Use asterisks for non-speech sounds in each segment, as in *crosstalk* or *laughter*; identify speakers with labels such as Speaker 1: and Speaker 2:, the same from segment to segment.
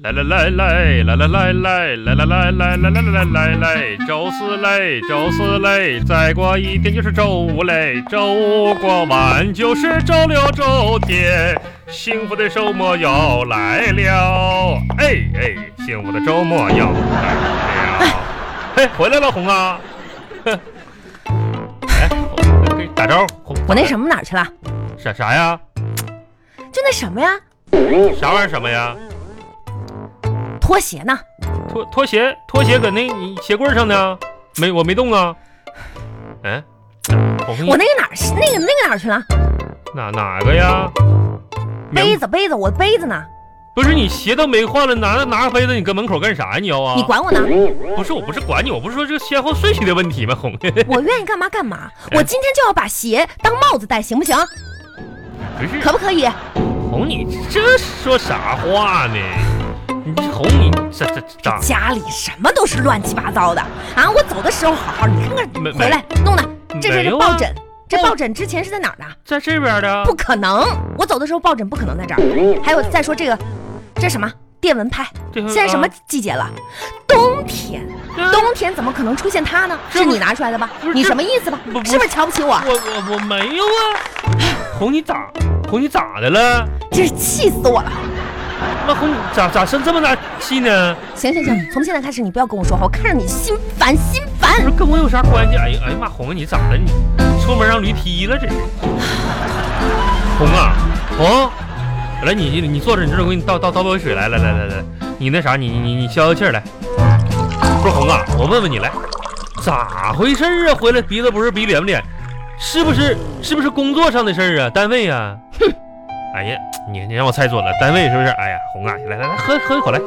Speaker 1: 来来来来来来来来来来来来来来来来来，周四嘞，周四嘞，再过一天就是周五嘞，周五过完就是周六周天，幸福的周末要来了，哎哎，幸福的周末要来了，哎，回来了红啊，哎，给打招呼，红
Speaker 2: 我那什么哪儿去了？
Speaker 1: 啥啥呀？
Speaker 2: 就那什么呀，
Speaker 1: 啥玩意儿什么呀？
Speaker 2: 拖鞋呢？
Speaker 1: 拖拖鞋，拖鞋搁那你鞋柜上呢，没我没动啊。哎，红衣
Speaker 2: 我那个哪儿是那个那个哪儿去了？
Speaker 1: 哪哪个呀？
Speaker 2: 杯
Speaker 1: 子
Speaker 2: 子杯子，我杯子呢？
Speaker 1: 不是你鞋都没换了，拿拿个杯子你搁门口干啥呀？你要啊？
Speaker 2: 你管我呢？
Speaker 1: 不是我不是管你，我不是说这个先后顺序的问题吗？红， *laughs* 不
Speaker 2: 我愿意干嘛
Speaker 1: *laughs*
Speaker 2: 干嘛。我今天就要把鞋当帽子戴，行不行？
Speaker 1: 是
Speaker 2: 可不可以？
Speaker 1: 红你这说啥话呢？你这红你这这这咋？
Speaker 2: 家里什么都是乱七八糟的啊！我走的时候好好，你看
Speaker 1: 没
Speaker 2: 看回来弄的，这是
Speaker 1: 没
Speaker 2: 这
Speaker 1: 有
Speaker 2: 抱
Speaker 1: 啊
Speaker 2: 枕，这
Speaker 1: 抱
Speaker 2: 抱枕之前是在哪儿的？
Speaker 1: 在这边的
Speaker 2: 不可能，我走的时候抱枕不可能在这儿。还有再说这个，这什么电蚊拍？
Speaker 1: 这
Speaker 2: 现在什么
Speaker 1: 啊
Speaker 2: 季节了？冬天，
Speaker 1: 这
Speaker 2: 冬天怎么可能出现它呢？
Speaker 1: 这
Speaker 2: 是
Speaker 1: 不
Speaker 2: 你拿出来的吧
Speaker 1: 不？是
Speaker 2: 你
Speaker 1: 这
Speaker 2: 什么意思吧
Speaker 1: 不？不
Speaker 2: 是不是瞧不起我？
Speaker 1: 我我我没有啊。红你咋红你咋的了？
Speaker 2: 真是气死我了！
Speaker 1: 那红你咋咋生这么大气呢？
Speaker 2: 行行
Speaker 1: 嗯
Speaker 2: 行，从现在开始你不要跟我说话，我看着你心烦心烦
Speaker 1: 不。是跟我有啥关系？哎呀，哎呀妈，红你咋的？你出门让驴踢了这是？ *laughs* 红啊，红，来你你坐着，你这我给你倒倒倒杯水来，来来来来，你那啥，你你你你消消气儿来。不是红啊，我问问你来，咋回事儿啊？回来鼻子不是鼻脸不脸，是不是是不是工作上的事儿啊？单位啊？哼，哎呀，你你让我猜错了，单位是不是？哎呀，红啊，来来来，喝喝一口来。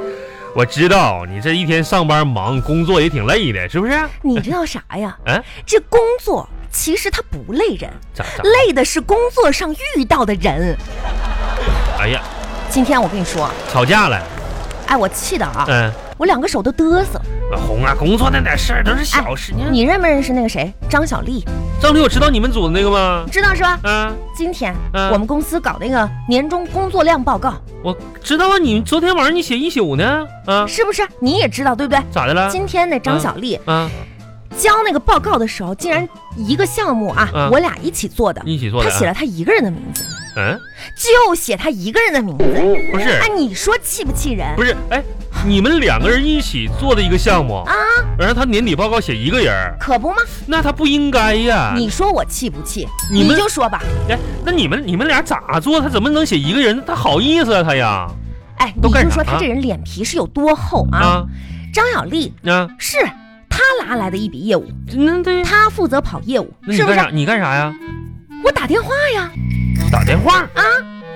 Speaker 1: 我知道你这一天上班忙，工作也挺累的，是不是、啊
Speaker 2: 你知道啥呀？
Speaker 1: 嗯
Speaker 2: 这工作其实它不累人，
Speaker 1: 咋咋？
Speaker 2: 累的是工作上遇到的人。
Speaker 1: 哎呀，
Speaker 2: 今天我跟你说，
Speaker 1: 吵架了，
Speaker 2: 哎，我气的啊，
Speaker 1: 嗯、
Speaker 2: 我两个手都嘚瑟。哎
Speaker 1: 红啊，工作那点事儿都是小事。你
Speaker 2: 啊你认不认识那个谁，张小丽？
Speaker 1: 张丽，我知道你们组的那个吗？
Speaker 2: 知道是吧？
Speaker 1: 啊，
Speaker 2: 今天
Speaker 1: 嗯
Speaker 2: 我们公司搞那个年终工作量报告，
Speaker 1: 我知道啊，你昨天晚上你写一宿呢，啊，
Speaker 2: 是不是？你也知道对不对？
Speaker 1: 咋的了？
Speaker 2: 今天那张小丽
Speaker 1: 啊，
Speaker 2: 交那个报告的时候，竟然一个项目啊，
Speaker 1: 嗯
Speaker 2: 我俩一起做的，
Speaker 1: 一起做
Speaker 2: 她
Speaker 1: 的、
Speaker 2: 写
Speaker 1: 啊。
Speaker 2: 了她一个人的名字，
Speaker 1: 嗯，
Speaker 2: 就写她一个人的名字。
Speaker 1: 不是
Speaker 2: 哎，，你说气不气人？
Speaker 1: 不是，哎，你们两个人一起做的一个项目啊，然后他年底报告写一个人儿，
Speaker 2: 可不吗？
Speaker 1: 那他不应该呀。
Speaker 2: 你说我气不气？
Speaker 1: 啊你
Speaker 2: 你
Speaker 1: 们
Speaker 2: 就说吧。
Speaker 1: 哎，那你们你们俩咋做？他怎么能写一个人？他好意思啊，他呀
Speaker 2: 哎，
Speaker 1: 都
Speaker 2: 你
Speaker 1: 干
Speaker 2: 就
Speaker 1: 啥
Speaker 2: 说她
Speaker 1: 啊
Speaker 2: 这人脸皮是有多厚啊？
Speaker 1: 啊
Speaker 2: 张小丽
Speaker 1: 啊，
Speaker 2: 是她拉来的一笔业务，
Speaker 1: 那对，
Speaker 2: 她负责跑业务，
Speaker 1: 嗯那你
Speaker 2: 是不
Speaker 1: 干
Speaker 2: 是
Speaker 1: 啥？？你干啥呀？
Speaker 2: 我打电话呀，
Speaker 1: 打电话啊，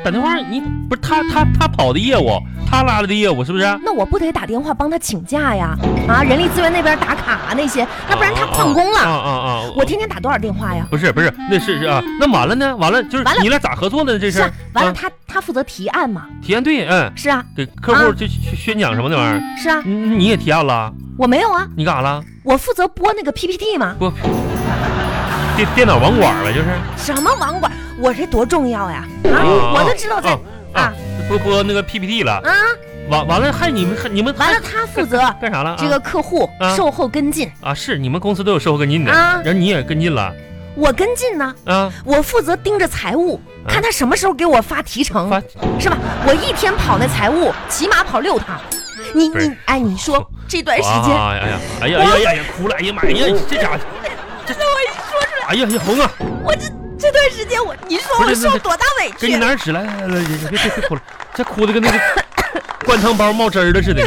Speaker 1: 打电话，你不是他他他跑的业务，他拉来的业务是不是？
Speaker 2: 那我不得打电话帮她请假呀？啊，人力资源那边打卡啊那些，那不然她旷工
Speaker 1: 啊
Speaker 2: 了。
Speaker 1: 啊啊！啊
Speaker 2: 我天天打多少电话呀？
Speaker 1: 不是不是，那是是啊，那完了呢？完了就是
Speaker 2: 完了
Speaker 1: 你俩咋合作的呢？这
Speaker 2: 是
Speaker 1: 事
Speaker 2: 啊
Speaker 1: 儿，
Speaker 2: 完了
Speaker 1: 啊
Speaker 2: 他他负责提案嘛，
Speaker 1: 提案对，嗯，
Speaker 2: 是啊
Speaker 1: 给客户就去宣讲什么那玩意儿，
Speaker 2: 是啊，
Speaker 1: 你你也提案了？
Speaker 2: 我没有啊，
Speaker 1: 你干啥了？
Speaker 2: 我负责播那个 PPT 嘛，
Speaker 1: 不，电电脑网管呗，就是
Speaker 2: 什么网管，我这多重要呀啊！
Speaker 1: 啊
Speaker 2: 我都知道在
Speaker 1: 啊啊，播播那个 PPT 了，
Speaker 2: 啊，
Speaker 1: 完完了还你们还你们
Speaker 2: 完
Speaker 1: 还
Speaker 2: 了他负责
Speaker 1: 干啥了啊？
Speaker 2: 这个客户
Speaker 1: 啊
Speaker 2: 售后跟进，
Speaker 1: 啊是你们公司都有售后跟进的，
Speaker 2: 啊
Speaker 1: 然后你也跟进了
Speaker 2: 我跟进呢，
Speaker 1: 啊？
Speaker 2: 我负责盯着财务，
Speaker 1: 啊
Speaker 2: 看他什么时候给我发提成，
Speaker 1: 发
Speaker 2: 是吧？我一天跑那财务，起码跑六趟。你
Speaker 1: 不是
Speaker 2: 你哎，你说这段时间，哦
Speaker 1: 啊哎呀，哎呀，哎呀，哎呀，哎呀，哭了！哎呀妈呀，这家伙，这我一说出来，哎呀，呀，红啊，
Speaker 2: 我这这段时间我，你说
Speaker 1: 不是
Speaker 2: 我
Speaker 1: 不是
Speaker 2: 受多大委
Speaker 1: 给你
Speaker 2: 屈？
Speaker 1: 拿点纸来，来来来，别别别哭了，这哭的跟那个灌汤包冒汁儿的似的。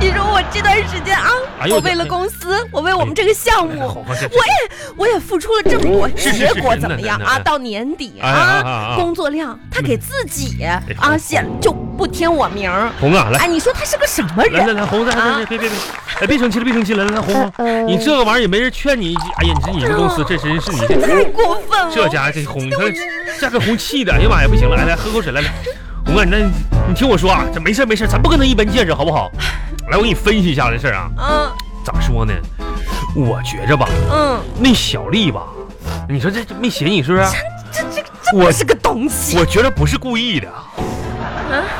Speaker 2: 你说我这段时间啊，
Speaker 1: 哎呦哎
Speaker 2: 我
Speaker 1: 我的
Speaker 2: 为了
Speaker 1: 天
Speaker 2: 公司，我为我们这个项目，
Speaker 1: 红啊，
Speaker 2: 我也我也付出了这么多，
Speaker 1: 是是是
Speaker 2: 结果
Speaker 1: 是
Speaker 2: 怎么样
Speaker 1: 那那
Speaker 2: 啊？
Speaker 1: 那
Speaker 2: 到年底
Speaker 1: 哎嗯啊啊
Speaker 2: 啊，
Speaker 1: 啊
Speaker 2: 工作量他给自己啊
Speaker 1: 红
Speaker 2: 写就不听我名儿。
Speaker 1: 红啊，来
Speaker 2: 哎，你说他是个啊什么
Speaker 1: 来来
Speaker 2: 人？
Speaker 1: 来，红，来来来，别别别，哎，别生气了，别生气了，来来，红，
Speaker 2: 呃
Speaker 1: 你这个玩意儿也没人劝你，哎呀，你这你们公司这真是你
Speaker 2: 太过分哦了！
Speaker 1: 这家这红，这这个红气的，哎呀妈呀，不行了，来来喝口水，来来，红啊，那你听我说啊，这没事没事，咱不跟他一般见识，好不好？来，我给你分析一下这事儿啊。
Speaker 2: 嗯
Speaker 1: 咋说呢？我觉着吧，
Speaker 2: 嗯，
Speaker 1: 那小丽吧，你说这这没写你是不是？
Speaker 2: 这这这
Speaker 1: 我
Speaker 2: 不是个东西。
Speaker 1: 啊
Speaker 2: 啊
Speaker 1: 我觉得不是故意的，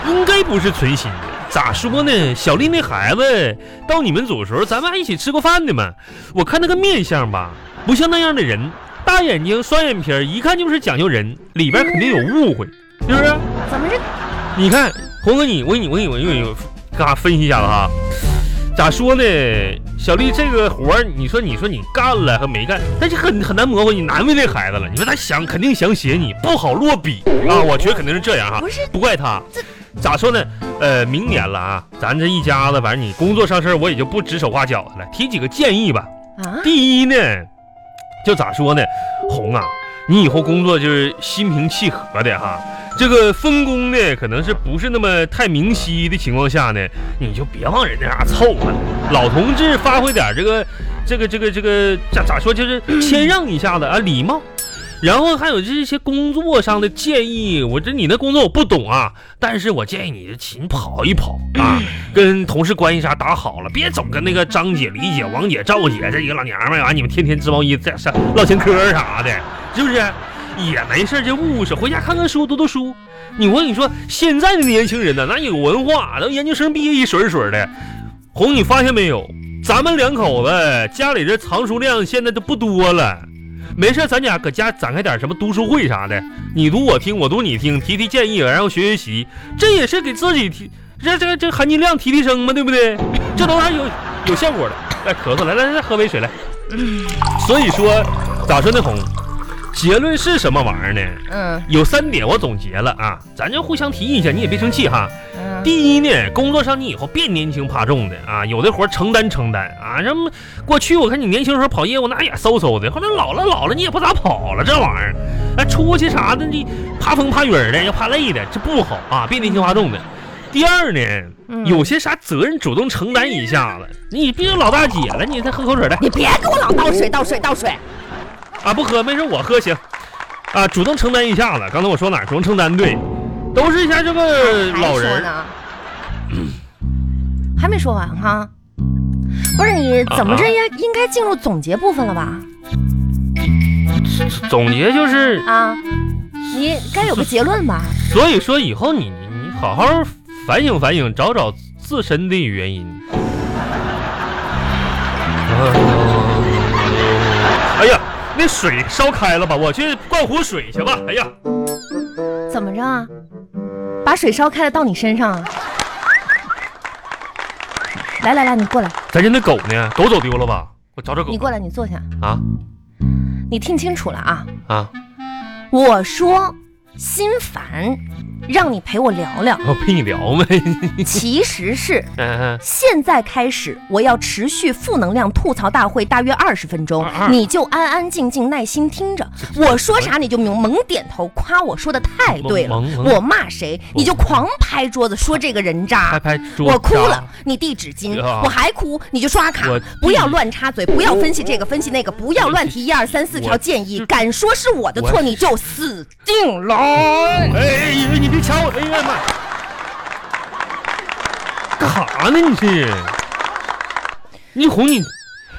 Speaker 1: 应该不是存心的。咋说呢？小丽那孩子到你们组的时候，咱们还一起吃过饭的嘛。我看那个面相吧，不像那样的人，大眼睛、双眼皮儿，一看就是讲究人，里边肯定有误会，是不是？
Speaker 2: 怎么是
Speaker 1: 啊你看，红哥你，我给你，我给你，我给你，嘎分析一下子哈。咋说呢，小丽这个活儿，你说你说你干了和没干，但是很很难模糊，你难为这孩子了。你说他想肯定想写你，不好落笔啊，我觉得肯定是这样哈。
Speaker 2: 不是
Speaker 1: 不怪他。咋说呢？呃，明年了啊，咱这一家子，反正你工作上事儿，我也就不指手画脚的了，提几个建议吧。
Speaker 2: 啊？
Speaker 1: 第一呢，就咋说呢，红啊，你以后工作就是心平气和的哈。这个分工呢，可能是不是那么太明晰的情况下呢，你就别往人家那凑合了。老同志发挥点这个，这个，这个，这个咋咋说，就是谦让一下子啊，礼貌。然后还有这些工作上的建议，我这你那工作我不懂啊，但是我建议你勤跑一跑啊，跟同事关系啥打好了，别总跟那个张姐、李姐、王姐、赵姐这几个老娘们儿啊，你们天天织毛衣在啥唠闲嗑儿啥的，是不是？也没事儿就务实，回家看看书，读读书。你我跟你说，现在的年轻人呢，那有文化，都研究生毕业一水儿水儿的。红，你发现没有？咱们两口子家里这藏书量现在都不多了。没事，咱俩搁家展开点什么读书会啥的，你读我听，我读你听，提提建议，然后学学习，这也是给自己提这这这含金量提提升嘛，对不对？这都还有有效果的。来咳嗽，来来来，喝杯水来。所以说，咋说呢，红？结论是什么玩意儿呢？
Speaker 2: 嗯
Speaker 1: 有三点我总结了啊，咱就互相提意见，你也别生气哈。
Speaker 2: 嗯，
Speaker 1: 第一呢，工作上你以后别年轻怕重的啊，有的活儿承担承担啊。什么过去我看你年轻时候跑业务那也嗖嗖的，后来老了老了你也不咋跑了，这玩意儿，啊出去啥的你怕风怕雨儿的，又怕累的，这不好啊，别年轻怕重的。第二呢，
Speaker 2: 嗯
Speaker 1: 有些啥责任主动承担一下子，你毕竟老大姐了，你再喝口水来
Speaker 2: 你别给我老倒水倒水倒水，
Speaker 1: 啊，不喝没事我喝行，啊，主动承担一下子。刚才我说哪儿？主动承担对，都是一下这个
Speaker 2: 还
Speaker 1: 老
Speaker 2: 说
Speaker 1: 人儿。
Speaker 2: 呢，还没说完哈。不是你怎么
Speaker 1: 啊
Speaker 2: 这应应该进入总结部分了吧？
Speaker 1: 总结就是，
Speaker 2: 啊，你该有个结论吧？
Speaker 1: 所以说以后你你你好好反省反省，找找自身的原因。哎呀，那水烧开了吧？我去灌壶水去吧。哎呀，
Speaker 2: 怎么着啊？把水烧开了到你身上啊？来来来，你过来，
Speaker 1: 咱家那狗呢？狗走丢了吧？我找找狗
Speaker 2: 你过来，你坐下，
Speaker 1: 啊
Speaker 2: 你听清楚了啊！
Speaker 1: 啊！
Speaker 2: 我说心烦，让你陪我聊
Speaker 1: *laughs*
Speaker 2: 聊，
Speaker 1: 我陪你聊
Speaker 2: *laughs*
Speaker 1: 呗。
Speaker 2: 其实是
Speaker 1: 嗯嗯
Speaker 2: 现在开始，我要持续负能量吐槽大会大约二十分钟
Speaker 1: 二，二
Speaker 2: 你就安安静静耐心听着，我说啥你就猛猛点头，夸我说的太对了，
Speaker 1: 猛猛猛
Speaker 2: 我骂谁你就狂拍桌子说这个人
Speaker 1: 拍
Speaker 2: 渣。
Speaker 1: 拍桌啊子。
Speaker 2: 我哭了，你递纸巾；
Speaker 1: 呀
Speaker 2: 我还哭，你就刷卡
Speaker 1: 我。
Speaker 2: 不要乱插嘴，不要分析这个分析那个，不要乱提一二三四条建议
Speaker 1: 我。
Speaker 2: 敢说是我的
Speaker 1: 我
Speaker 2: 错，你就死定了。
Speaker 1: 哎哎哎，你别掐我！哎呀妈呀！干啥呢你这？你哄你，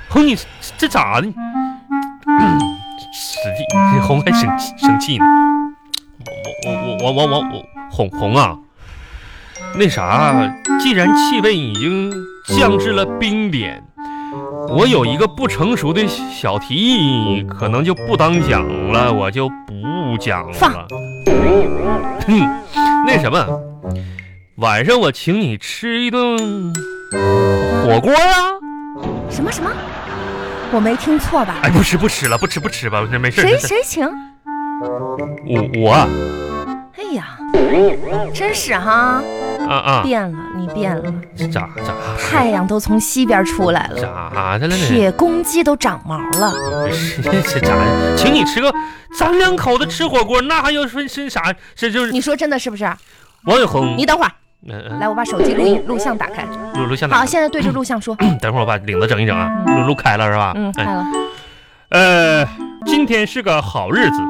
Speaker 1: 哄你这咋的？ *coughs* 使劲，红还生气生气呢。我我我我我我哄红啊！那啥，既然气氛已经降至了冰点，我有一个不成熟的小提议，可能就不当讲了，我就不讲了。
Speaker 2: 放
Speaker 1: 哼，那什么，晚上我请你吃一顿火锅啊！
Speaker 2: 什么什么？我没听错吧？
Speaker 1: 哎，不吃不吃了，不吃不吃吧，那没事儿。
Speaker 2: 谁
Speaker 1: 没事儿
Speaker 2: 谁请？
Speaker 1: 我我啊
Speaker 2: 哎呀，真是哈、
Speaker 1: 啊啊！
Speaker 2: 变了，你变了，
Speaker 1: 咋咋
Speaker 2: 太阳都从西边出来了，
Speaker 1: 咋的了呢？
Speaker 2: 铁公鸡都长毛了。
Speaker 1: 不 *laughs* 是这咋的？请你吃个，咱两口子吃火锅，那还要说是啥？这就是
Speaker 2: 你说真的是不是？
Speaker 1: 王永红。
Speaker 2: 你等会儿，
Speaker 1: 嗯嗯，
Speaker 2: 来，我把手机录音录像打开。
Speaker 1: 录录像
Speaker 2: 好，
Speaker 1: 哪？
Speaker 2: 现在对着录像说，
Speaker 1: 嗯等会儿我把领子整一整啊，录录开了是吧？
Speaker 2: 嗯，
Speaker 1: 哎
Speaker 2: 开了。
Speaker 1: 呃，今天是个好日子，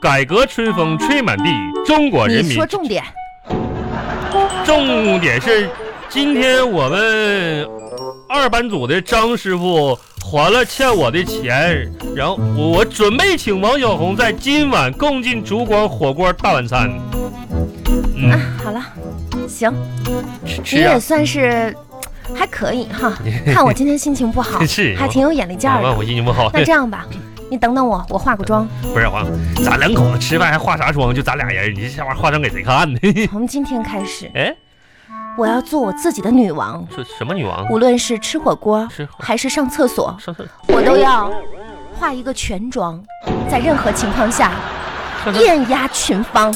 Speaker 1: 改革春风吹满地，中国人
Speaker 2: 你
Speaker 1: 民
Speaker 2: 说重点，
Speaker 1: 重点是，今天我们二班组的张师傅还了欠我的钱，然后我我准备请王小红在今晚共进烛光火锅大晚餐。嗯，
Speaker 2: 啊，好了，行，
Speaker 1: 吃
Speaker 2: 你
Speaker 1: 啊，
Speaker 2: 也算是还可以哈。看我今天心情不好
Speaker 1: *laughs* 是
Speaker 2: 还挺有眼力劲
Speaker 1: 好
Speaker 2: 儿
Speaker 1: 吧，
Speaker 2: 的。
Speaker 1: 我心情不好。
Speaker 2: 那这样吧，你等等我，我化个妆。
Speaker 1: *laughs* 不是黄，咱两口子吃饭还化啥妆？就咱俩人，你这玩意儿化妆给谁看呢？
Speaker 2: *laughs* 从今天开始，
Speaker 1: 哎，
Speaker 2: 我要做我自己的女王，
Speaker 1: 这什么女王？
Speaker 2: 无论是吃火锅
Speaker 1: 吃火
Speaker 2: 还是上厕所，
Speaker 1: 上厕
Speaker 2: 我都要化一个全妆，在任何情况下
Speaker 1: 上厕，
Speaker 2: 艳压群芳。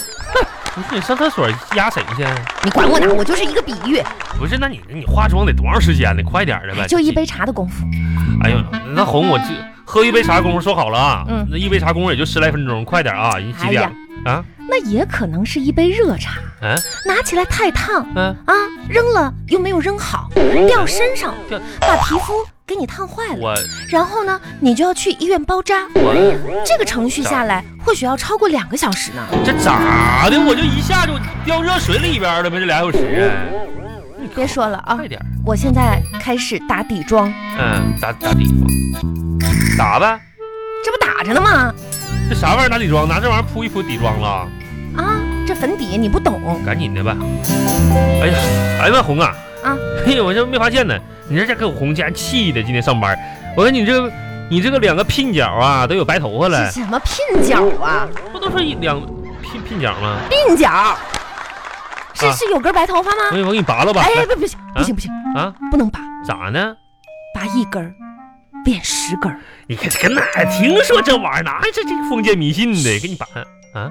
Speaker 1: 不是你上厕所压谁去？
Speaker 2: 你管我呢，我就是一个比喻，
Speaker 1: 不是，那你你化妆得多长时间呢？快点儿的呗。
Speaker 2: 就一杯。茶的功夫。
Speaker 1: 哎呦，那红，我这喝一杯茶功夫说好了啊，
Speaker 2: 嗯哎
Speaker 1: 那一杯茶功夫也就十来分钟，快点儿啊，已经几点了？啊，
Speaker 2: 那也可能是一杯热茶，
Speaker 1: 嗯
Speaker 2: 拿起来太烫
Speaker 1: 嗯，
Speaker 2: 啊，扔了又没有扔好，掉身上
Speaker 1: 掉，
Speaker 2: 把皮肤给你烫坏了。
Speaker 1: 我
Speaker 2: 然后呢，你就要去医院包扎。
Speaker 1: 我
Speaker 2: 这个程序下来，或许要超过两个小时呢。
Speaker 1: 这咋的？我就一下就掉热水里边了呗，这俩小时，啊
Speaker 2: 哦别说了啊
Speaker 1: 快，点儿，
Speaker 2: 我现在开始打底妆，
Speaker 1: 嗯，打打底妆，打呗。
Speaker 2: 这不打着呢吗？
Speaker 1: 这啥玩意儿打底妆？拿这玩意儿铺一铺底妆了，
Speaker 2: 啊，这粉底你不懂，
Speaker 1: 赶紧的吧。哎呀，哎呀妈，红啊！
Speaker 2: 啊，
Speaker 1: 嘿，我这没发现呢，你这家给我红家气的，今天上班，我看你这个，你这个两个鬓角啊都有白头发
Speaker 2: 这
Speaker 1: 了，
Speaker 2: 什么鬓角啊？
Speaker 1: 不都说一两鬓鬓角吗？
Speaker 2: 鬓角是
Speaker 1: 啊
Speaker 2: 是有根白头发
Speaker 1: 我
Speaker 2: 吗？
Speaker 1: 给我给你拔了吧。
Speaker 2: 哎，不不行
Speaker 1: 啊
Speaker 2: 不行不行，
Speaker 1: 啊，
Speaker 2: 不能拔，
Speaker 1: 咋呢？
Speaker 2: 拔一根儿变十根儿。
Speaker 1: 你看跟哪儿听说这玩意儿呢？哎，这这封建迷信的，给你拔啊？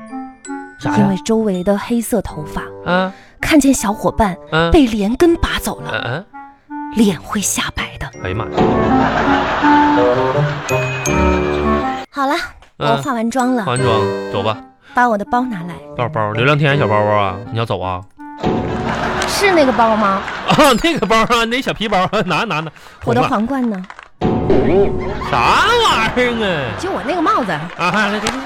Speaker 1: 啥
Speaker 2: 因
Speaker 1: 呀
Speaker 2: 为？周围的黑色头发，
Speaker 1: 啊
Speaker 2: 看见小伙伴
Speaker 1: 啊
Speaker 2: 被连根拔走
Speaker 1: 啊
Speaker 2: 了，
Speaker 1: 啊！
Speaker 2: 脸会吓白的。
Speaker 1: 哎呀妈呀！
Speaker 2: 好了，我
Speaker 1: 嗯，
Speaker 2: 化完妆
Speaker 1: 化
Speaker 2: 了，
Speaker 1: 完妆走吧，
Speaker 2: 把我的包拿来，
Speaker 1: 包包，流量天然小包包啊，你要走啊？
Speaker 2: 是那个包吗？
Speaker 1: 啊，那个包啊，那小皮包啊，拿拿拿，
Speaker 2: 我的
Speaker 1: 红啊
Speaker 2: 皇冠呢？
Speaker 1: 啥玩意儿
Speaker 2: 就我那个帽子，
Speaker 1: 啊？啊，来给你，